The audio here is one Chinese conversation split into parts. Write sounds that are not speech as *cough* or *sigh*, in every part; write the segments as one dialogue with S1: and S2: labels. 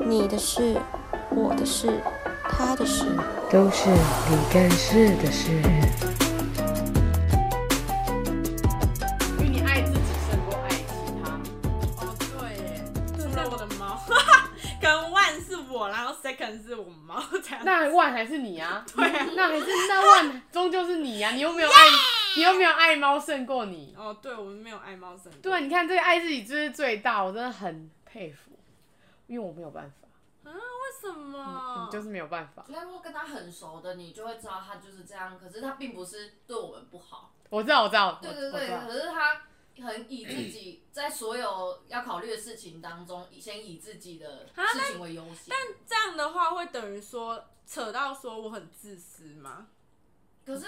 S1: 你的事、我的事、他的事。
S2: 都是你干事的事。
S3: 因为你爱自己胜过爱其他。哦，对耶，除了我的猫，跟 one 是我，然后 second 是我猫这样。
S4: 那万还是你啊？
S3: 对啊
S4: 那还是那万终究是你呀、啊，你又没有爱，你又没有爱猫胜过你。
S3: 哦，对，我们没有爱猫胜过。
S4: 对啊，你看这个爱自己就是最大，我真的很佩服，因为我没有办法，
S3: 啊，为什么？
S4: 嗯就是没有办法。
S5: 应该说跟他很熟的，你就会知道他就是这样。可是他并不是对我们不好，
S4: 我知道，我知道，
S5: 对
S4: 我
S5: 对
S4: 我知
S5: 对。
S4: 道
S5: 可是他很以自己在所有要考虑的事情当中，先以自己的事情为优先。
S3: 这样的话会等于说扯到说我很自私吗？ *laughs*
S5: 可是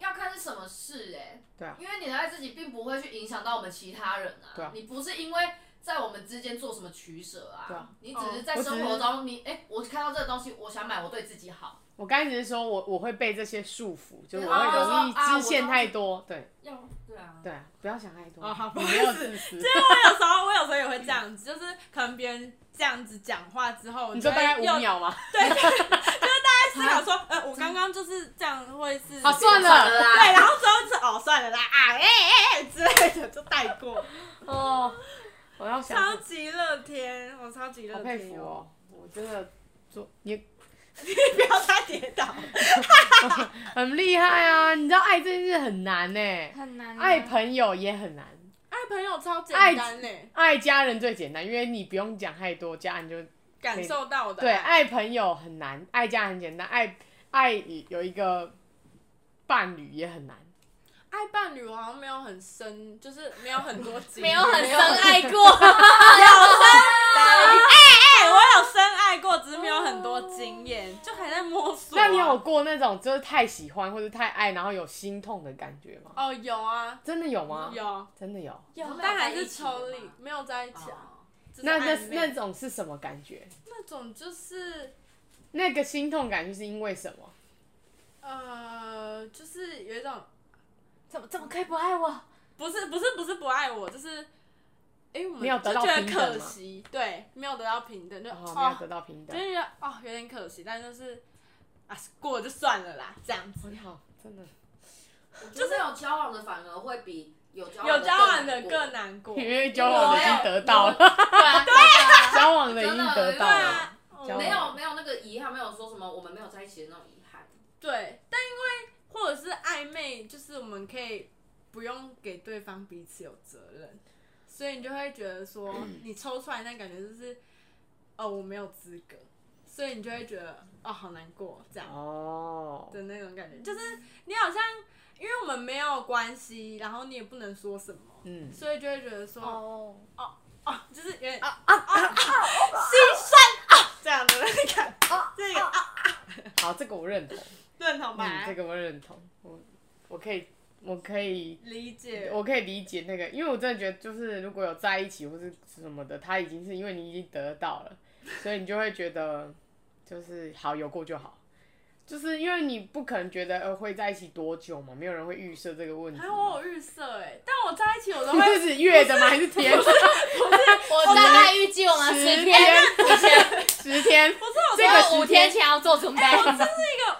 S5: 要看是什么事哎、
S4: 对啊
S5: 因为你的爱自己并不会去影响到我们其他人啊。
S4: 对啊
S5: 你不是因为在我们之间做什么取舍啊？
S4: 对啊
S5: 你只是在
S4: 我只
S5: 生活
S4: 是
S5: 中，你哎、我看到这个东西，我想买，我对自己好。
S4: 我刚才只是说我我会被这些束缚，就是
S5: 对
S4: 我会容易
S5: 哦啊
S4: 支线太多。对
S5: 要对啊。
S4: 对啊，不要想太多
S3: 哦好，
S4: 你
S3: 不好
S4: 没有
S3: 意思
S4: 自私。
S3: 我啊有时候，我有时候也会这样子，就是可能别人这样子讲话之后，
S4: 你
S3: 就
S4: 说
S3: 会
S4: 大概
S3: 又
S4: 五秒吗？
S3: 思考说，呃，我刚刚就是这样会是
S4: 好，
S5: 算
S4: 算
S5: 了
S4: 了。
S3: 对，
S5: 啦，
S3: 然后之后是哦，算了啦，啊，哎哎哎之类的就带过，
S4: 哦，我要想
S3: 超级乐天，我超级乐
S4: 好
S3: 天，
S4: 佩服 *laughs* 哦，我真的做你
S3: *laughs* 不要再跌倒，
S4: 很厉害啊！你知道爱这件事很难呢、
S1: 很难
S4: 爱朋友也很难，
S3: 爱朋友超简单呢，
S4: 爱家人最简单，因为你不用讲太多，家人就
S3: 感受到的，
S4: 对。，爱朋友很难，爱家人很简单，爱爱有一个伴侣也很难。
S3: 爱伴侣我好像没有很深，就是没有很多经历，
S1: 没有很深爱过，
S3: 哎，我有深爱过，只是没有很多经验，就还在摸索啊。
S4: 那你有过那种就是太喜欢或者太爱，然后有心痛的感觉吗？
S3: 哦，有啊，
S4: 真的有吗？，
S3: 有
S4: 真的有。
S5: 有
S3: 但还是抽离，没有在一起
S5: 哦
S3: 啊。只是
S4: 那那
S3: 暧昧
S4: 那种是什么感觉？
S3: 那种就是
S4: 那个心痛感就是因为什么？
S3: 呃，就是有一种
S1: 怎么怎么可以不爱我？
S3: 不是不是不是不爱我，就是哎、我们
S4: 没有得到
S3: 就觉得
S4: 平等
S3: 可
S4: 吗
S3: 惜，对，没有得到平等，就
S4: 然
S3: 哦
S4: 后没有得到平等
S3: 就。是觉得哦有点可惜，但就是啊过了就算了啦，这样子
S4: 你。好，真的。
S5: 就是有交往的反而会比有交
S3: 有交往的
S5: 的
S3: 更难过，
S4: 因为交往的已经得到了，
S5: 对啊对
S4: 交往的已经得到
S5: 对
S4: 了
S5: 啊。啊，
S4: 交往
S3: 哦
S5: 没有没有那个遗憾，没有说什么我们没有在一起的那种遗憾。
S3: 对，但因为或者是暧昧，就是我们可以不用给对方彼此有责任，所以你就会觉得说， *clears throat* 你抽出来那感觉就是，哦，我没有资格，所以你就会觉得，哦，好难过这样
S4: 哦，
S3: 的那种感觉，就是你好像因为我们没有关系，然后你也不能说什么，
S4: 嗯，
S3: 所以就会觉得说，哦，
S1: 哦，
S3: 就是有点啊啊啊啊，心酸啊这样的那个感觉，这个啊
S4: 好，这个我认同，
S3: 认同吧
S4: 嗯，？这个我认同，我我可以，我可以，
S3: 理解，
S4: 我可以理解那个，因为我真的觉得，就是如果有在一起或是什么的，他已经是因为你已经得到了，所以你就会觉得，就是好有过就好。就是因为你不可能觉得呃会在一起多久嘛，没有人会预设这个问题
S3: 还
S4: 嘛。*laughs*
S3: 有我有预设哎，但我在一起我都
S4: 你 *laughs*
S3: 会
S4: 这是月的吗？还是天？
S1: 我大概预计我们 *laughs* 十
S4: 十
S1: 天，
S4: 天，十天，
S3: 不是我
S4: 这个
S1: 五
S4: 十
S1: 天前要做准备。
S3: 那个，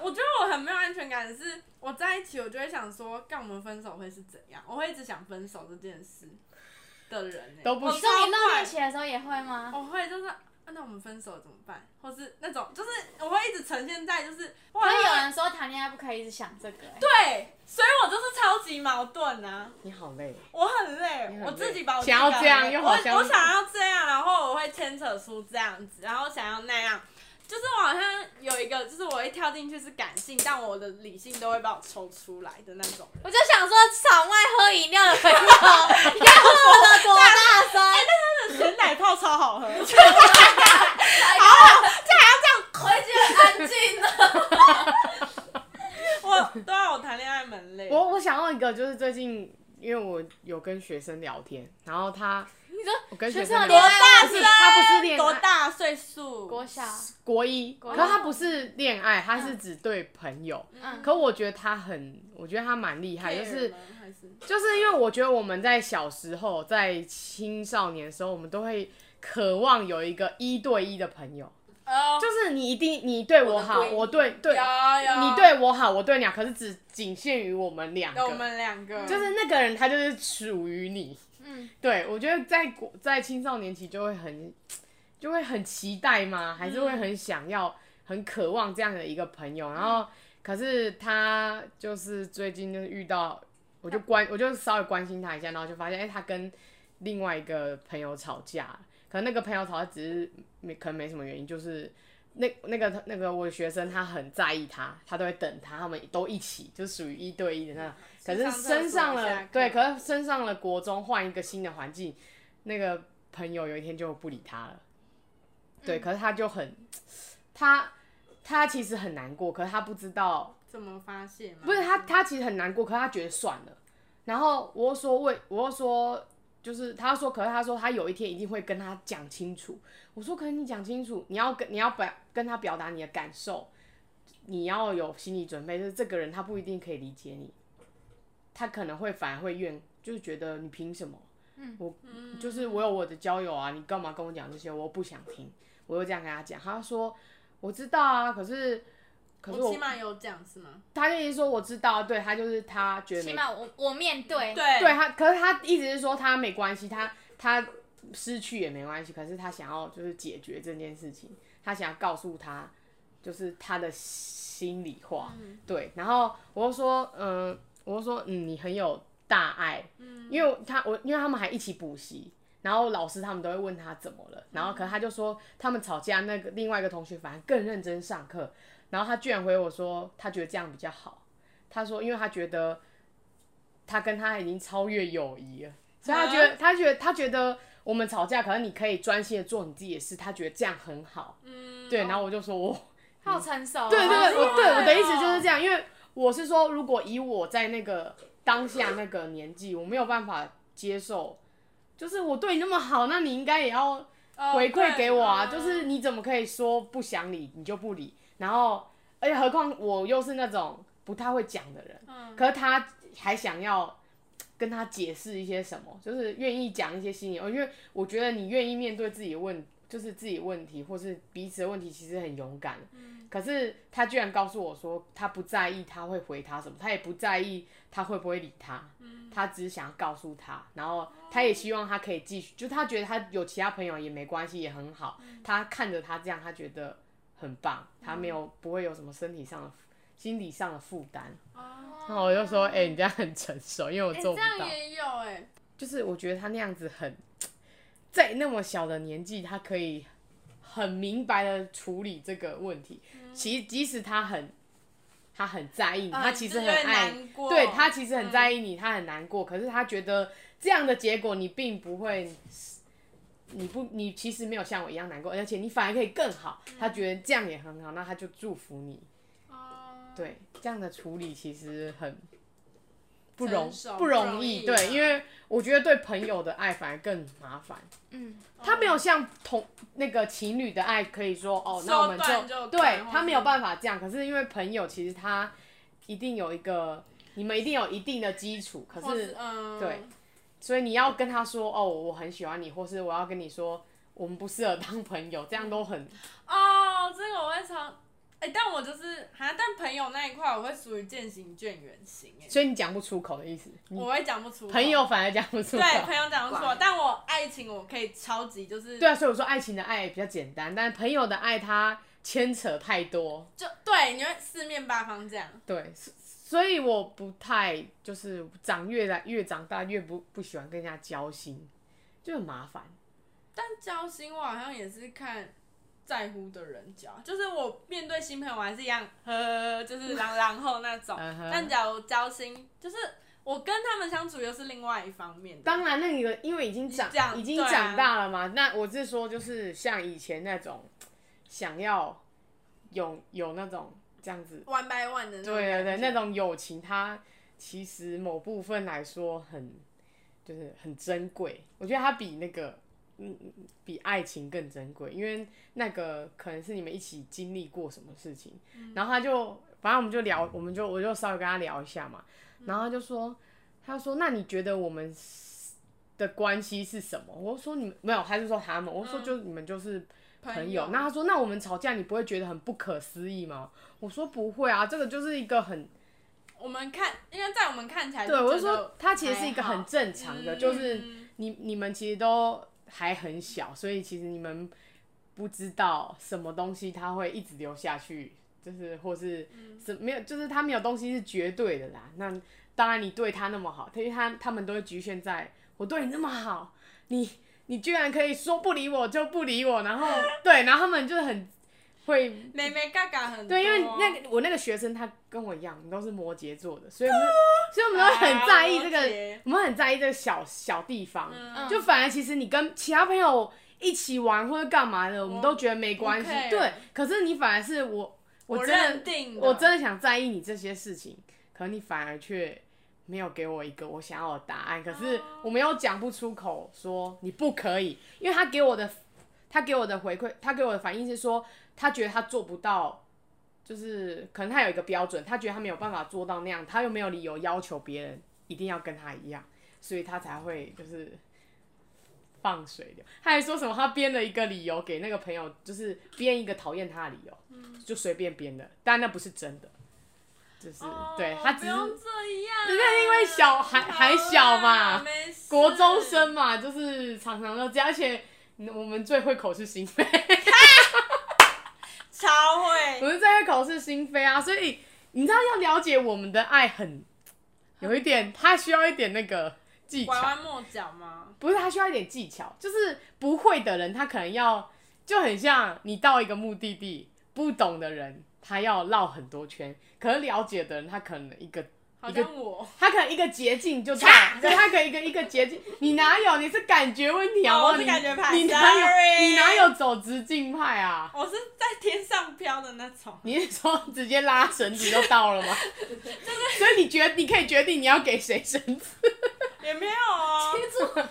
S3: 我觉得我很没有安全感的是，我在一起我就会想说，干我们分手会是怎样？我会一直想分手这件事的人、欸，
S4: 都不
S3: 我
S4: 行
S3: 超
S1: 那你热
S3: 快
S1: 恋，期的时候也会吗？
S3: 我会就是、啊那我们分手怎么办？或是那种就是我会一直呈现在就是，我
S1: 可是有人说谈恋爱不可以一直想这个、欸，
S3: 对，所以我就是超级矛盾啊，
S4: 你好累。哦
S3: 我很累，
S4: 你很累
S3: 我自己把我
S4: 想要
S3: 自己
S4: 这样
S3: 搞得
S4: 又
S3: 我
S4: 好像
S3: 我想要这样，然后我会牵扯出这样子，然后想要那样。就是我好像有一个，就是我一跳进去是感性，但我的理性都会把我抽出来的那
S4: *laughs*
S3: 种人。
S1: 我就想说，场外喝饮料的朋友要喝的多大声？
S3: 咸奶泡超好喝，
S5: 我已经安静了。
S3: 我对啊，我谈恋爱蛮累。
S4: 我我想要一个，就是最近因为我有跟学生聊天，然后他
S1: 你说
S4: 我跟
S1: 学
S4: 生
S1: 生有
S4: 聊
S1: 恋爱
S4: 不是他不是恋
S3: 多
S4: 爱，
S3: 大岁数？
S1: 国小，
S4: 国一，
S1: 国一
S4: 可是他不是恋爱，他是只对朋友。
S1: 嗯，
S4: 可我觉得他很，我觉得他蛮厉害，就是
S3: 吗还是
S4: 就是因为我觉得我们在小时候，在青少年的时候，我们都会渴望有一个一对一的朋友，
S1: 哦，
S4: 就是你一定你对我好，
S5: 我的闺蜜
S4: 我对对
S1: 有有，
S4: 你对我好，我对你好，可是只仅限于我们两个。
S3: 我们两个
S4: 就是那个人，他就是属于你。
S1: 嗯，
S4: 对，我觉得在国在青少年期就会很，就会很期待嘛，还是会很想要、很渴望这样的一个朋友。然后，可是他就是最近就是遇到，我就关，我就稍微关心他一下，然后就发现，哎、他跟另外一个朋友吵架了。可能那个朋友吵架只是没，可能没什么原因，就是那那个那个我的学生他很在意他，他都会等他，他们都一起，就属于一对一的那种。可是升上了，对，可是升上了国中，换一个新的环境，那个朋友有一天就不理他了。对，可是他就很，他他其实很难过，可是他不知道
S3: 怎么发泄嘛？
S4: 不是他，他其实很难过，可是他觉得算了。然后我又说为，我又说就是他说，可是他说他有一天一定会跟他讲清楚。我说，可是你讲清楚，你要跟你要表跟他表达你的感受，你要有心理准备，就是这个人他不一定可以理解你，他可能会反而会怨，就是觉得你凭什么？嗯，我就是我有我的交友啊，你干嘛跟我讲这些？我又不想听，我又这样跟他讲，他说我知道啊，可是可是
S3: 我
S4: 我
S3: 起码有讲是吗？
S4: 他就一直说我知道，对他就是他觉得
S1: 起
S4: 没，
S1: 码我我面对，
S3: 对
S4: 对他，可是他一直是说他没关系，他他失去也没关系，可是他想要就是解决这件事情，他想要告诉他就是他的心里话，
S1: 嗯
S4: 对，然后我就说，嗯、我就说，嗯，你很有大爱，因为他我因为他们还一起补习。然后老师他们都会问他怎么了，然后可能他就说他们吵架，那个另外一个同学反而更认真上课，然后他居然回我说他觉得这样比较好，他说因为他觉得他跟他已经超越友谊了，所以他觉得、他觉得他觉得我们吵架，可能你可以专心的做你自己的事，他觉得这样很好，嗯，
S3: 哦
S4: 对，然后我就说我。
S1: 好成熟哦，
S4: 对对对，我对我的意思
S3: 哦
S4: 就是
S1: 样，
S4: 这样，因为我是说，如果以我在那个当下那个年纪，我没有办法接受，就是我对你那么好，那你应该也要
S3: 哦
S4: 回馈给我啊。
S3: 嗯
S4: 就是你怎么可以说不想理你就不理？然后，而且何况我又是那种不太会讲的人，可是他还想要。跟他解释一些什么，就是愿意讲一些心里，哦因为我觉得你愿意面对自己的问，就是自己的问题或是彼此的问题，其实很勇敢。可是他居然告诉我说，他不在意他会回他什么，他也不在意他会不会理他，他只是想告诉他，然后他也希望他可以继续，就他觉得他有其他朋友也没关系，也很好。
S3: 嗯
S4: 他看着他这样，他觉得很棒，他没
S3: 嗯
S4: 有不会有什么身体上的、心理上的负担。
S3: 哦
S4: 那我就说，哎、你这样很成熟，因为我
S3: 哎
S4: 做不
S3: 这
S4: 到。
S3: 样也有哎，
S4: 就是我觉得他那样子很，在那么小的年纪，他可以很明白的处理这个问题。
S3: 嗯
S4: 其即使他很，他很在意你，
S3: 啊
S4: 他其实很
S3: 就是会
S4: 爱
S3: 难
S4: 你，
S3: 过嗯
S4: 对他其实很在意你，他很难过。可是他觉得这样的结果，你并不会，你不，你其实没有像我一样难过，而且你反而可以更好。
S3: 嗯
S4: 他觉得这样也很好，那他就祝福你。
S3: 哦
S4: 对，这样的处理其实很不容
S3: 成熟
S4: 不
S3: 不
S4: 容
S3: 容
S4: 易，
S3: 易
S4: 对，
S3: 啊
S4: 因为我觉得对朋友的爱反而更麻烦。
S1: 嗯，
S4: 他没有像同那个情侣的爱可以说哦，那我们
S3: 说断就断
S4: 对
S3: 或
S4: 他没有
S3: 是
S4: 办法这样。可是因为朋友其实他一定有一个，你们一定有一定的基础，可
S3: 或
S4: 是
S3: 嗯，
S4: 对所以你要跟他说哦，我很喜欢你，或是我要跟你说我们不适合当朋友，这样都
S3: 嗯
S4: 很
S3: 哦，这个我会常。哎、但我就是哈，但朋友那一块我会属于渐行渐远型哎，
S4: 所以你讲不出口的意思。你
S3: 我会讲不出口
S4: 朋友反而讲不出口。
S3: 对朋友讲不出口，但我爱情我可以超级就是
S4: 对啊，所以我说爱情的爱比较简单，但是朋友的爱它牵扯太多，
S3: 就对，你会四面八方这样。
S4: 对，所所以我不太就是长越来越长大越不不喜欢跟人家交心，就很麻烦。。
S3: 但交心我好像也是看在乎的人交，就是我面对新朋友我还是一样，呵，就是然然后那种
S4: 嗯哼
S3: 但假如交心，就是我跟他们相处又是另外一方面的。
S4: 当然，那个因为已经长
S3: 这样
S4: 已经
S3: 对啊
S4: 长大了嘛，那我是说就是像以前那种想要有有那种这样子，
S3: one by one 的那种
S4: 对对对，
S3: 感觉
S4: 那种友情它其实某部分来说很就是很珍贵，我觉得它比那个嗯嗯比爱情更珍贵，因为那个可能是你们一起经历过什么事情，
S3: 嗯
S4: 然后他就反正我们就聊，我们就
S3: 嗯
S4: 我就稍微跟他聊一下嘛，然后他就说他就说那你觉得我们的关系是什么？我说你们没有，他就说他们，我
S3: 嗯
S4: 说就你们就是朋
S3: 朋
S4: 友。
S3: 友
S4: 那他说那我们吵架你不会觉得很不可思议吗？我说不会啊，这个就是一个很
S3: 我们看，因为在我们看起来，
S4: 对，我就说它其实是一个
S3: 还
S4: 很
S3: 好嗯
S4: 正常的，就是你你们其实都还很小，所以其实你们不知道什么东西它会一直流下去，就是或是什没有，就是它没有东西是绝对的啦。那当然你对他那么好，因为他他们都会局限在我对你那么好，你你居然可以说不理我就不理我，然后对，然后他们就是很会
S3: 妹妹嘎嘎很多
S4: 对，因为那个我那个学生他跟我一样，我们都是摩羯座的，所以我们所以我们都很在意这
S3: 啊啊摩
S4: 个
S3: 羯，
S4: 我们很在意这个小小地方。
S3: 嗯
S4: 就反而其实你跟其他朋友一起玩或者干嘛的，我们
S3: 我
S4: 都觉得没关系。
S3: care
S4: 对，可是你反而是我，我
S3: 我
S4: 真的
S3: 认定的
S4: 我真的想在意你这些事情，可你反而却没有给我一个我想要的答案。可
S3: 哦
S4: 是我们又讲不出口，说你不可以，因为他给我的，他给我的回馈，他给我的反应是说，他觉得他做不到，就是可能他有一个标准，他觉得他没有办法做到那样，他又没有理由要求别人一定要跟他一样，所以他才会就是。放水流，他还说什么？他编了一个理由给那个朋友，就是编一个讨厌他的理由，就随便编的，但那不是真的，就是、对他
S3: 哦不
S4: 只是
S3: 用这样，
S4: 只是因为小还还小嘛
S3: 好啦没事
S4: 国中生嘛，就是常常都这样，而且我们最会口是心非，
S3: 超
S4: 我
S3: 会，
S4: 们最会口是心非啊，所以你知道要了解我们的爱很有一点，他需要一点那个技
S3: 拐
S4: 巧，
S3: 弯抹角吗？
S4: 不是他需要一点技巧，就是不会的人他可能要就很像你到一个目的地，不懂的人他要绕很多圈，可是了解的人他可能一个
S3: 好
S4: 个
S3: 像我，
S4: 他可能一个捷径就
S3: *laughs*
S4: 到，对，他可能一个一个捷径，你哪有？你是感觉问题好不
S3: 哦
S4: 好？
S3: 我是
S4: 你
S3: 感觉派
S4: 你哪有？
S3: sorry
S4: 你哪有走直径派啊？
S3: 我是在天上飘的那种，
S4: 你是说直接拉绳子就到了吗？所以你决你可以决定你要给谁绳子，
S3: 也没有哦，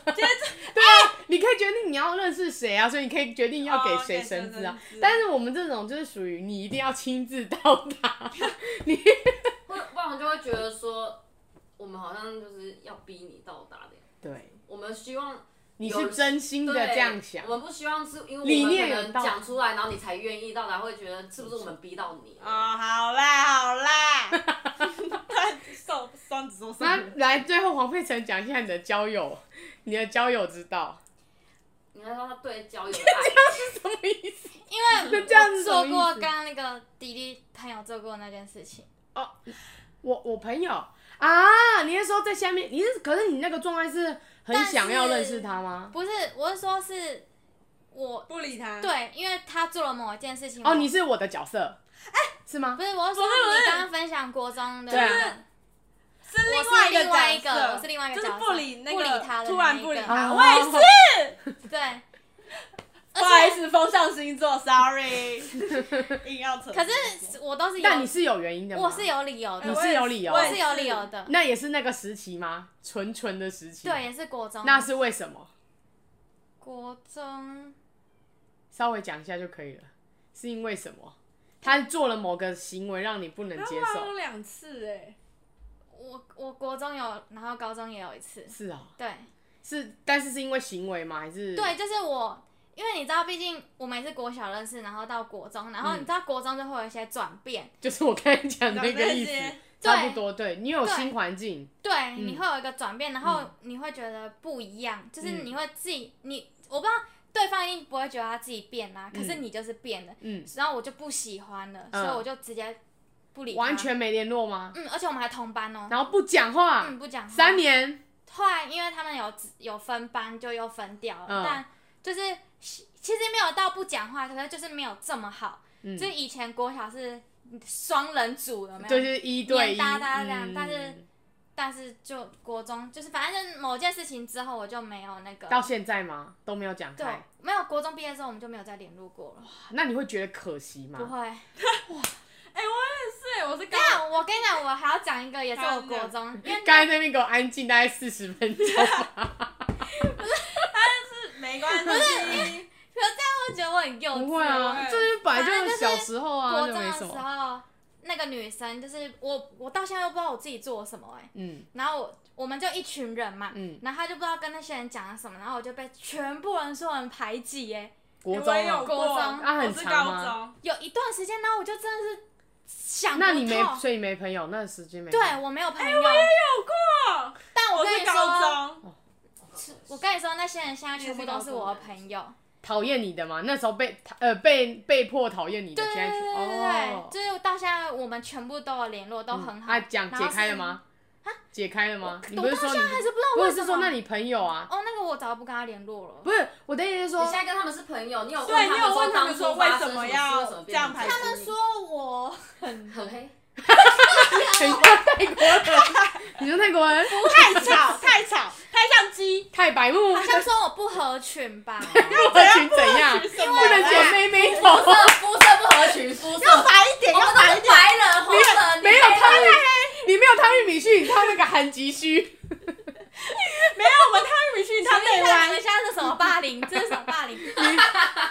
S4: 对啊，你可以决定你要认识谁啊，所以你可以决定要给谁绳子啊
S3: 哦给谁绳子。
S4: 但是我们这种就是属于你一定要亲自到达，你
S5: 会不然我就会觉得说，我们好像就是要逼你到达的，
S4: 对，
S5: 我们希望。
S4: 你是真心的
S5: 对，
S4: 这样想，
S5: 我们不希望是因为
S4: 理
S5: 我们
S4: 念
S5: 可
S4: 有
S5: 能
S4: 道理
S5: 讲出来，然后你才愿意到达，会觉得是不是我们逼到你？
S3: 哦，好啦好
S1: *laughs*
S3: 啦，双双子座
S4: 那
S3: 生日，
S4: 来最后黄佩晨讲一下你的交友，你的交友之道。
S5: 你还说他对交友的爱，
S4: 什么意思？
S1: 因为
S4: 这样子
S1: 我
S4: 什么意
S1: 做
S4: 思
S1: 过刚刚那个迪迪朋友做过那件事情，
S4: 我我朋友啊，你是说在下面？你是可是你那个状态是很想要认识他吗？
S1: 不是，我是说是我
S3: 不理他，，
S1: 对，因为他做了某一件事情。
S4: 哦，你是我的角色，哎、是吗
S1: 不？是我是说
S3: 不是不是
S1: 你刚刚分享国中的
S4: 对啊
S1: 那个，
S3: 是另外
S1: 我是另外一
S3: 一
S1: 个
S3: 个角色，
S1: 我是另外一个
S3: 就是
S1: 角色
S3: 不理那
S1: 不
S3: 个，
S1: 理他的
S3: 突
S1: 那
S3: 然
S1: 一
S3: 不理
S1: 个
S3: 他，
S4: 哦
S3: 我也是。
S1: 对，
S3: 不好意思，风象星座，sorry，硬要扯。
S1: 可是我都是有，
S4: 但你是有原因的吗？
S1: 我是有理由的，
S4: 你
S1: 我
S4: 是有理由
S3: 我
S1: 是
S3: 也
S1: 有理由的，
S4: 那也是那个时期吗？纯纯的时期。
S1: 对，，啊也是国中，
S4: 那是为什么？
S1: 国中，
S4: 稍微讲一下就可以了。是因为什么？他做了某个行为让你不能
S3: 他
S4: 接
S3: 玩了
S1: 啊
S4: 受？
S3: 两次哎，
S1: 我我国中有，然后高中也有一次，
S4: 是啊、
S1: 对
S4: 是，但是是因为行为吗？还是
S1: 对，就是我。因为你知道，毕竟我们也是国小认识，然后到国中，然后
S4: 嗯
S1: 你知道国中就会有一些转变，
S4: 就是我刚才讲的那个
S3: 那
S4: 意思
S3: 些，欸
S4: 差不多。对你有
S1: 对
S4: 新环境，
S1: 对，你会有一个转变，然后你会觉得不一样，就是
S4: 嗯
S1: 你会自己，你我不知道对方一定不会觉得他自己变啦、可是你就是变了，
S4: 嗯，
S1: 然后我就不喜欢了，所以我就直接不理他，
S4: 完，全没联络吗？
S1: 嗯，而且我们还同班哦、
S4: 然后不讲话，
S1: 嗯，不讲话
S4: 三年，
S1: 后来因为他们有有分班，就又分掉了。
S4: 嗯
S1: 但就是其其实没有到不讲话，可是就是没有这么好。
S4: 嗯
S1: 就是以前国小是双人组的，没有？
S4: 就是一对一，
S1: 黏哒哒这样
S4: 嗯
S1: 但是但是就国中就是反正就是某件事情之后，我就没有那个
S4: 到现在吗？都没有讲
S1: 对
S4: 开，
S1: 没有国中毕业之后，我们就没有再联络过了。
S4: 那你会觉得可惜
S1: 不
S4: 吗？
S1: 会，
S3: 哎，我也是哎，我是刚
S1: 但我跟你讲，我还要讲一个，也是我
S3: 好
S1: 国中，因为
S4: 刚才那边给我安静大概四十分
S1: *laughs*
S4: 钟，
S3: 没关系，
S1: 可是这样会觉得我很幼稚。
S4: 不会啊，
S3: 对
S4: 这就是本来
S1: 反正
S4: 就
S1: 就是
S4: 小时候啊，
S1: 国
S4: 就
S1: 中的
S4: 没
S1: 时
S4: 什么。
S1: 候，那那个女生，就是我，我到现在都不知道我自己做了什么哎、
S4: 嗯，
S1: 然后我我们就一群人嘛，
S4: 嗯
S1: 然后他就不知道跟那些人讲了什么，然后我就被全部人所有人排挤哎、
S4: 国中
S3: 我也有
S4: 啊，
S3: 过，
S1: 国中
S4: 啊很
S3: 我是
S4: 长
S3: 高
S4: 吗
S3: 中，
S1: 有一段时间，然后我就真的是想不透，
S4: 那你没，所以没朋友，那时间没
S1: 对
S4: 朋友
S1: 我没有朋友，
S3: 有过，
S1: 但我
S3: 我
S1: 跟你
S3: 是
S1: 说，
S3: 高中，
S1: 我跟你说，那些人现在全部都是我的
S5: 你
S1: 朋友。
S4: 讨厌你的嘛，那时候被呃被被迫讨厌你的，
S1: 对
S4: 现
S1: 对
S4: 在
S1: 对
S4: 去
S1: 对对，
S4: 哦，
S1: 就是到现在我们全部都有联络，都很好。
S4: 啊讲
S1: 然后
S4: 解
S1: 是
S4: 开了？吗？啊解开了吗？你
S1: 我
S4: 不是
S1: 到
S4: 说
S1: 现
S4: 你
S1: 在还是不知道
S4: 不
S1: 为
S4: 是
S1: 什
S4: 是
S1: 么。
S4: 说那你朋友啊？
S1: 哦，那个我早就不跟他联络了。
S4: 不是我的意思是
S5: 你
S4: 说
S5: 现，在跟他们是朋友，你有
S3: 对，你有
S5: 问
S3: 问他
S5: 当
S3: 们
S5: 初
S3: 说为
S5: 发生
S3: 什
S5: 什
S3: 么
S5: 么
S3: 要这样排
S5: 排挤
S3: 挤你？
S1: 他们说我很
S5: 很黑，
S4: 很像泰国人， *laughs* 你说泰国人
S3: 太吵，太吵，太像鸡，
S4: 太白
S1: *laughs*
S4: 目，
S1: 好像说我不合群吧，
S4: 入合群怎样？
S1: 啊
S4: 不能剪妹妹头，
S5: 肤色肤色不合群，肤色
S3: 要白一点，
S5: 我
S3: 要
S5: 们都
S3: 白一
S5: 是
S3: 点。
S5: 白人、红人，
S4: 没有
S5: 你黑
S4: 汤
S5: 人
S4: 玉，你没有汤玉米须，你烫那个韩吉须，
S3: 没有，我们汤米逊他内
S1: 看
S3: 湾
S1: 你们现在是什么霸凌？这是什么霸 *laughs* 凌？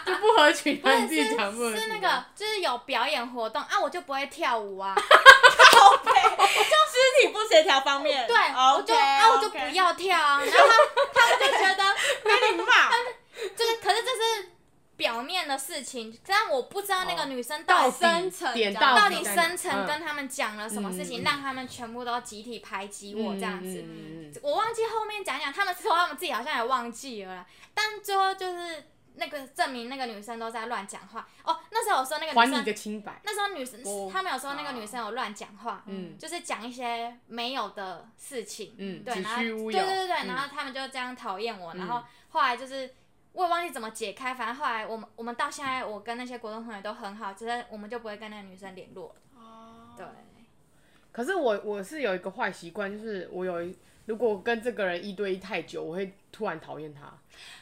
S4: 就不合群
S1: 不
S4: 啊！
S1: 是
S4: 你自己
S1: 是
S4: 讲不合群
S1: 是那个，就是有表演活动啊，我就不会跳舞 *laughs* 啊，
S3: *laughs* 肢体不协调方面，
S1: 对，
S3: OK，
S1: 我就啊我就不
S3: OK，
S1: 要跳啊，然后他他们就觉得。
S3: 被
S4: *laughs*
S3: 你骂，
S1: 就是，可是这是表面的事情，但我不知道那个女生
S4: 到
S1: 到
S4: 底
S1: 底
S3: 深层
S4: 哦点
S3: 讲
S4: 到
S1: 到
S4: 底
S1: 底
S4: 在哪
S1: 深层
S4: 嗯
S1: 跟他们讲了什么事
S4: 嗯
S1: 情，
S4: 嗯嗯
S1: 让他们全部都集体排挤我这样子。
S4: 嗯嗯嗯嗯
S1: 我忘记后面讲讲，他们说他们自己好像也忘记了啦，但最后就是那个证明那个女生都在乱讲话。哦，那时候我说那个
S4: 还
S1: 女
S4: 你个
S1: 生，
S4: 清白。
S1: 那时候女生
S4: 我
S1: 他们有说那个女生有乱讲话，
S4: 嗯
S1: 就是讲一些没有的事情，
S4: 嗯
S1: 对，
S4: 子
S1: 然后
S4: 虚
S1: 对
S4: 乌
S1: 对
S4: 有
S1: 对对，
S4: 嗯
S1: 然后他们就这样讨厌我，
S4: 嗯
S1: 然后后来就是我也忘记怎么解开，反正后来我们我们到现在，我跟那些国中同学都很好，只是我们就不会跟那个女生联络了。对，
S4: 可是我我是有一个坏习惯，就是我有一如果跟这个人一对一太久，我会突然讨厌他。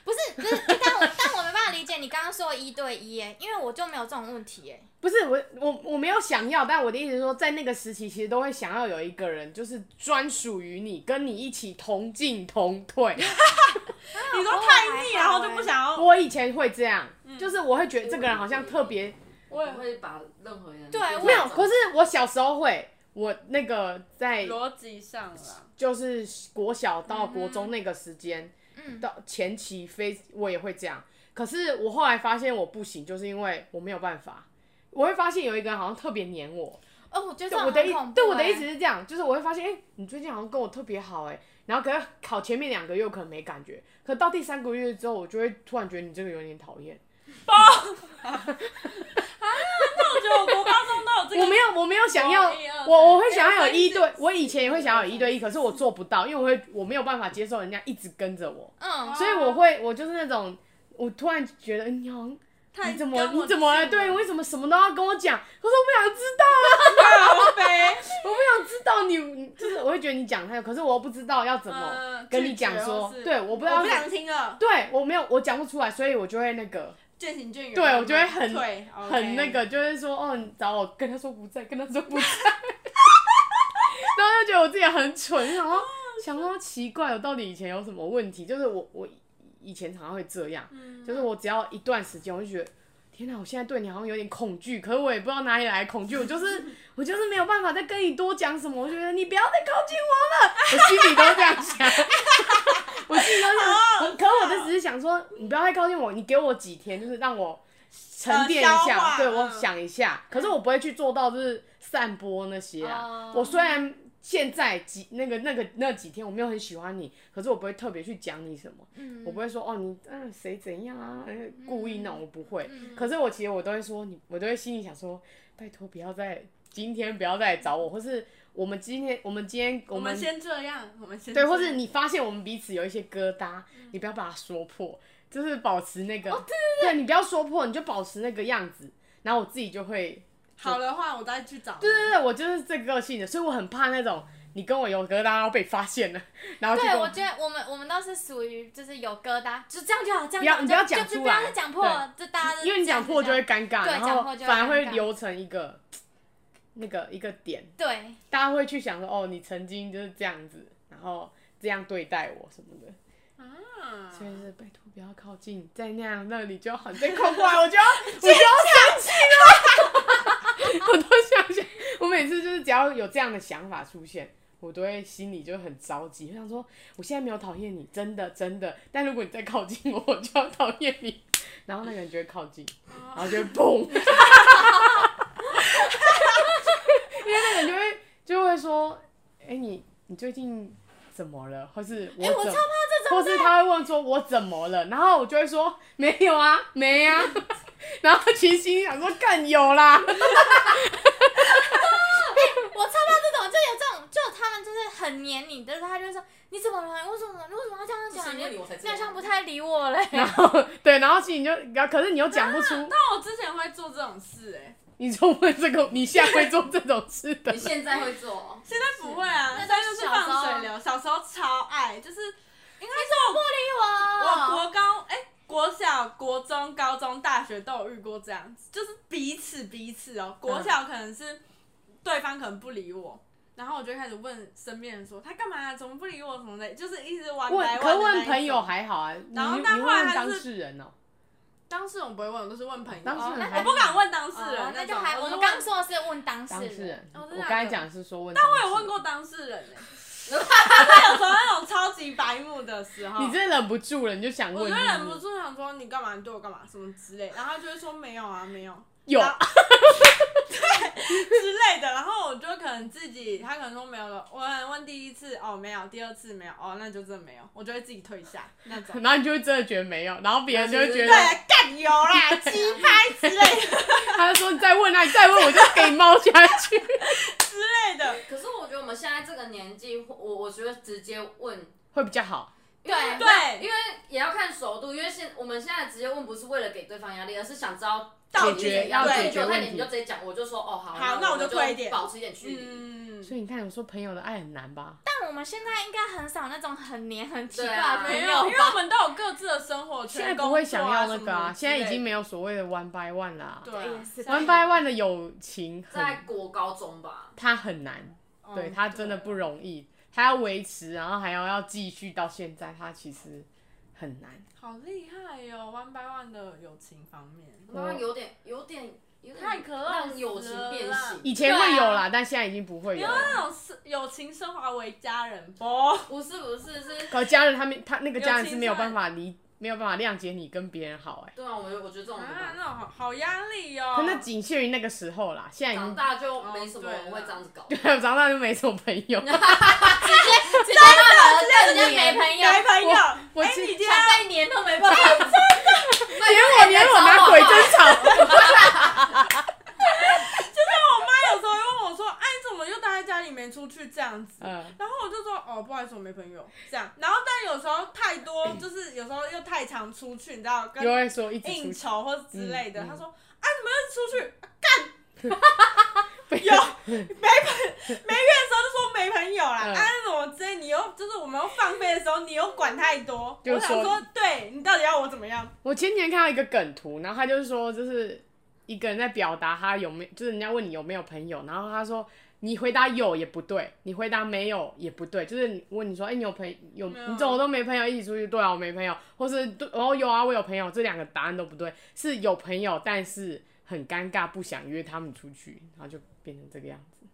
S1: 不是不是，但我但我没办法理解你刚刚说的一对一耶，因为我就没有这种问题耶。
S4: 不是我我我没有想要，但我的意思是说，在那个时期，其实都会想要有一个人，就是专属于你，跟你一起同进同退。
S3: 你
S4: 哦
S3: 都太腻，然后就
S4: 哎
S3: 不想要。
S4: 我以前会这样，
S1: 嗯
S4: 就是我会觉得这个人好像特别
S5: 我也会把任何人
S1: 对我
S4: 没有，可是我小时候会，我那个在
S3: 逻辑上啦，
S4: 就是国小到国中那个时间，
S1: 嗯
S4: 到前期非我也会这样，可是我后来发现我不行，就是因为我没有办法，我会发现有一个人好像特别黏我，
S1: 哦，我觉得这
S4: 对
S1: 种
S4: 我的
S1: 很
S4: 意
S1: 恐怖。欸
S4: 对我的意思，是这样，就是我会发现，哎、你最近好像跟我特别好、哎，然后可是考前面两个月我可能没感觉，可到第三个月之后，我就会突然觉得你这个有点讨厌，
S3: 那我觉得我国高中都有这个，
S4: 我没有，我没有想要
S3: 哦有一二，三
S4: 我我会想要有
S3: 哎我
S4: 一
S3: 一直
S4: 对，我以前也会想要有一
S3: 嗯
S4: 对一，可是我做不到，因为我会我没有办法接受人家一直跟着
S3: 哦
S4: 我，
S1: 嗯，
S4: 所以我会我就是那种，我突然觉得嗯你好像
S3: 太
S4: 你怎么
S3: 跟我
S4: 你怎么了？
S3: 近
S4: 对，为什么什么都要跟我讲？可是我不想知道啊，
S3: 靠背，
S4: 我不想知道你
S3: *laughs*
S4: 你，就是我会觉得你讲太多，可是我不知道要怎么
S3: 嗯
S4: *laughs* 跟你讲
S3: 拒绝
S4: 说
S3: 或，是
S4: 对，我
S3: 我
S4: 不知道
S3: 不
S4: 怎么，
S3: 想听了，
S4: 对我没有，我讲不出来，所以我就会那个
S3: 渐行渐远。
S4: 对我就会很
S3: 对，
S4: 很那，个，就是说哦，你找我跟他说不在，跟他说不在，然后就觉得我自己很蠢，然后想说奇怪，我到底以前有什么问题？就是我我以前常常会这样，就是我只要一段时间，我就觉得。天哪，我现在对你好像有点恐惧，可是我也不知道哪里来的恐惧，我就是我就是没有办法再跟你多讲什么，我觉得你不要再靠近我了，我心里都这样想， *laughs* 我心里都是，我可我就只是想说，你不要再靠近我，你给我几天，就是让我沉淀一
S3: 消
S4: 下，
S3: 化
S4: 对我
S3: 嗯
S4: 想一下，可是我不会去做到就是散播那些啊
S1: 哦，
S4: 我虽然。现在几那个那个那几天我没有很喜欢你，可是我不会特别去讲你什么，
S1: 嗯
S4: 我不会说哦你嗯谁怎样啊，呃故意弄我不会。
S1: 嗯
S4: 可是我其实我都会说你，我都会心里想说，拜托不要再今天不要再来找我，或是我们今天我们今天我
S3: 我
S4: 们
S3: 们先这样，我们先
S4: 对，
S3: 这
S4: 或是
S3: 样
S4: 你发现我们彼此有一些疙瘩，
S1: 嗯
S4: 你不要把它说破，就是保持那个，
S1: 哦
S4: 对你不要说破，你就保持那个样子，然后我自己就会，
S3: 好的话，我再去找你。
S4: 对对对，我就是这个个性的，所以我很怕那种你跟我有疙瘩然后被发现了， *laughs* 然后结
S1: 对，
S4: 果
S1: 我觉得我们我们都是属于就是有疙瘩，就这样就好，这样
S4: 不要
S1: 就
S4: 你不要
S1: 就
S4: 讲
S1: 就
S4: 出
S1: 不要
S4: 来
S1: 再讲破了，就大家都
S4: 因为你讲破就
S1: 这
S4: 会
S1: 样
S4: 尴尬，
S1: 对
S4: 然
S1: 讲
S4: 后
S1: 破就会
S4: 反而会
S1: 尴尬
S4: 留成一个那个一个点，
S1: 对。
S4: 大家会去想说，哦，你曾经就是这样子，然后这样对待我什么的，
S3: 嗯
S4: 所以就是拜托不要靠近，在那样那里就 *laughs* 很在靠过来，我就要我就要生气了，我都想想，我每次就是只要有这样的想法出现，我都会心里就很着急，我想说我现在没有讨厌你，真的真的，但如果你再靠近我，我就要讨厌你。 *laughs* 然后那个人就会靠近，然后就会砰， *laughs* 因为那个人就会就会说，哎、你你最近怎么了？或是我怎么？ *laughs* 或是他会问说我怎么了，然后我就会说没有啊，没
S3: *laughs*
S4: 啊，然后其实心里想说更有啦，
S1: 我超怕这种，就有这种，就他们就是很黏你，但是他就会说你怎么了？你为什么？你为什么要这样
S5: 是
S1: 讲？
S5: 因为你
S1: 你
S5: 我才这
S1: 你好
S5: 样
S1: 像不太理我嘞。
S4: 然后对，然后其实你就，然后可是你又讲不出，
S3: *laughs* 那我之前会做这种事哎、
S4: 你就问这个，你现在会做这种事的
S3: *laughs*
S5: 你，现在会做哦？
S3: 现在不会啊，
S1: 是
S3: 现在就是放水流。小时候超爱，就是应该说我
S1: 我
S3: 国高哎、国小、国中、高中、大学都有遇过这样子，就是彼此彼此哦。国小可能是对方可能不理我。然后我就开始问身边人说他干嘛、啊怎么不理我什么的，就是一直玩来
S4: 问，
S3: 玩
S4: 可
S3: 的那一
S4: 问
S3: 种
S4: 朋友还好啊，你
S3: 然后
S4: 你
S3: 但后来
S4: 问
S3: 他
S4: 当
S3: 就是
S4: 事人哦、
S3: 当事人我不会问，我都是问朋友。
S4: 当事人
S3: 哦
S4: 还
S3: 我不敢问当事人
S1: 哦，那就
S3: 种
S1: 还
S3: 我
S1: 我
S3: 就
S1: 们
S3: 问
S1: 刚说的是问当
S4: 当
S1: 事
S4: 事人，
S3: 哦真
S4: 我
S3: 的假
S4: 刚
S3: 的
S4: 才讲是说问，但我
S3: 我有问过，当事人 *laughs* 哎、就是有时候那种超级白目的时候，
S4: 你真的忍不住了，你就想问，
S3: 我就忍不
S4: 是是
S3: 住想说你干嘛，你对我干嘛什么之类，然后他就会说没有啊，没有
S4: 有。
S3: 然后对之类的，然后我就可能自己，他可能说没有了，我可能问第一次哦没有，第二次没有哦，那就真的没有，我就会自己退下那
S4: *laughs*
S3: 种
S4: 然后你就会真的觉得没有，然后别人就会觉
S3: 对
S4: 得，，
S3: 干有啦，
S4: *laughs*
S3: 鸡拍之类的
S4: 他就说你再问啊，你再问我就给你猫下去， *laughs*
S3: 之类的，
S5: 可是我觉得我们现在这个年纪，我我觉得直接问
S4: 会比较好。
S5: 因为
S3: 对
S5: 那因为也要看熟度，因为现我们现在直接问不是为了给对方压力，而是想知道
S3: 到
S5: 到
S3: 底
S5: 底
S4: 解决
S5: 怎样
S4: 要
S5: 对
S4: 解决
S5: 就
S4: 问
S5: 看
S4: 题
S5: 你就直接讲，我就说哦好，
S3: 好那
S5: 那
S3: 我就退一点
S5: 保持一点距离。
S3: 嗯，
S4: 所以你看，我说朋友的爱很难吧？
S1: 但我们现在应该很少那种很黏、很奇怪
S5: 对啊
S1: 的朋
S3: 没
S1: 友
S3: 有，因为
S1: 吧？
S3: 我们都有各自的生活圈，
S4: 现在不会想要那
S3: 工作
S4: 个
S3: 啊
S4: 啊，现在已经
S3: 没
S4: 没有所谓的 one by one 啦。
S3: 对啊
S1: 也是
S4: one by one 的友情
S5: 在
S4: 很，
S5: 国高中吧，
S4: 它很难，
S3: 嗯
S4: 对它真的不容易，它要维持，然后还要要继续到现在，它其实很难。
S3: 好厉害哟、o n e by One 的友情方面，
S5: 慢慢有点有点有点
S3: 太可爱
S5: 让友情变
S3: 了啦
S5: 形。
S4: 以前会有啦，但现在已经不会
S3: 你
S4: 有
S3: 要
S4: 了。
S3: 那种是友情升华为家人不？
S5: 不是不是是，
S4: 可家人他们他那个家
S3: 友
S4: 人
S3: 情
S4: 是没有
S3: 算
S4: 办法理，没有办法谅解你跟别人好哎、
S5: 对啊，我觉得我觉得这种没
S3: 啊，
S5: 办
S3: 那
S5: 法
S3: 种好好压力哦哟、
S4: 可那仅限于那个时候啦，现在已
S5: 长
S4: 经
S5: 大就没什么
S3: 哦对
S5: 人
S3: 啦
S5: 会这样子搞。
S4: 对长大就没什么朋友。
S1: 直接没有，直接没朋友，
S3: 没朋友，
S4: 我
S3: 哎、
S4: 记
S3: 你今天
S1: 想被黏都没办
S3: *laughs*
S1: 法。真的，
S4: 连我连我拿鬼针吵，
S3: 我妈有时候会问我说，哎、你怎么又待在家里没出去这样子？
S4: 嗯，
S3: 然后我就说哦，不好意思，我没朋友这样。然后但有时候太
S4: *clears throat*
S3: 多，就是有时候又太常出去，你知道，跟
S4: 又会说一直出
S3: 应
S4: 去
S3: 酬或之类的。
S4: 嗯嗯
S3: 他说啊，你们又出去
S4: 被
S3: 有没月的时候就说没朋友啦，
S4: 嗯
S3: 啊什么之类，你又就是我们又放飞的时候，你又管太多。
S4: 就
S3: 我
S4: 是
S3: 想
S4: 说
S3: 说，对你到底要我怎么样？
S4: 我前几天看到一个梗图，然后他就是说，就是一个人在表达他有没有，就是人家问你有没有朋友，然后他说你回答有也不对，你回答没有也不对，就是你问你说，哎、你有朋有
S3: 没有
S4: 你怎么都没朋友一起出去？对啊，我没朋友，或是对哦有啊，我有朋友，这两个答案都不对，是有朋友，但是很尴尬，不想约他们出去，然后就变成这个样子。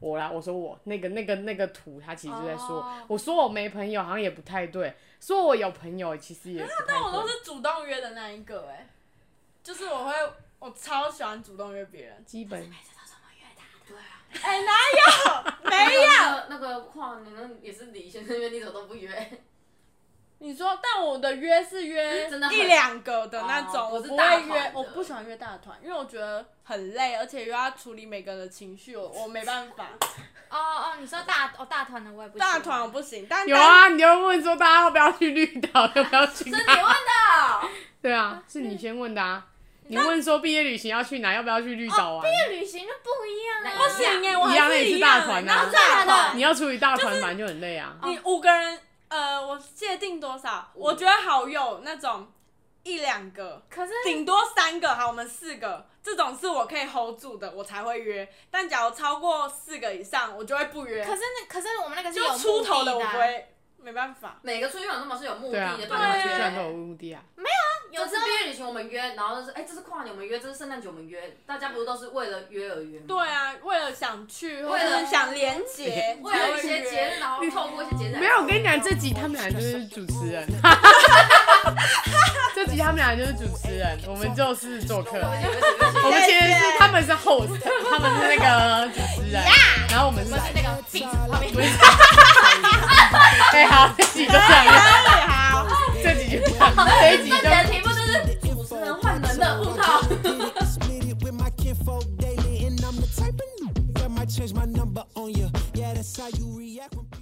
S4: 我啦，我说我那个那个那个图，他其实就在说
S3: 哦
S4: 我说我没朋友好像也不太对，说我有朋友其实也不太对。
S3: 但我都是主动约的那一个、哎，就是我会，我超喜欢主动约别人。
S4: 基本
S3: 哎、哪有？没有。
S5: 那个那个跨年那也是李先生约你怎么都不约，
S3: 你说，但我的约是约
S5: 真的很
S3: 一两个的那种，
S5: 哦
S3: 我
S5: 不是
S3: 不
S5: 大
S3: 会
S5: 团
S3: 约
S5: 的，
S3: 我不喜欢约大团，因为我觉得很累，而且又要处理每个人的情绪，我我没办法。
S1: 哦哦，你说大哦大团的我也不行
S3: 大团我不行，但
S4: 有
S3: 单
S4: 啊，你就问说大家要不要去绿岛，要不要去
S5: 是你
S4: 哪？
S5: 问的。嗯
S4: 对啊，是你先问的啊。你问说毕业旅行要去哪，要不要去绿
S5: 哦
S4: 岛玩？
S1: 旅行就不一样啊。
S3: 不行哎、我
S4: 一样
S3: 还
S4: 那也
S3: 是
S4: 是
S3: 一
S4: 大
S3: 样
S4: 团
S3: 那
S4: 啊
S3: 是大团
S4: 你要处理大团，反正就很累啊。
S3: 你五个人，呃，我界定多少？我觉得好友那种一两个，
S5: *laughs*
S1: 可是
S3: 顶多三个，好，我们四个这种是我可以 hold 住的，我才会约。但假如超过四个以上，我就会不约。
S1: 可是那可是我们那个是有
S3: 就出头
S1: 的啊
S3: 我不会，没办法。
S5: 每个出去玩那么是有目
S4: 对
S5: 的
S4: 啊，
S5: 的，
S4: 对
S5: 不然
S4: 啊，
S5: 我觉
S4: 虽
S5: 得
S4: 然都有目的啊。
S1: 有
S5: 这次毕业旅行我们约，然后就是哎、这是跨年我们约，这是圣诞节我们约，大家不是都是为了约而约吗？
S3: 对，啊，为了想去，或
S5: 为
S3: 者
S5: 了
S3: 是想连结，
S5: *laughs* 为了一些节日，然后透过一些节日来。
S4: 没有，我跟你讲，这集他们俩就是主持
S5: *laughs*
S4: 人，这集他们俩就是主持人，我们就是做客。
S5: 对不起对不起
S4: 我们其实是他们是 host，他们是那个主持人，然后我们是
S1: 那个壁纸后面。
S4: 哎好，这集就这样，这集就这样，这一集
S5: 这
S4: 就
S5: 集的题目就是主持人换人的问号。
S6: Split it with my kinfolk daily, and I'm the type of that might change my number on you. Yeah, that's how you react when.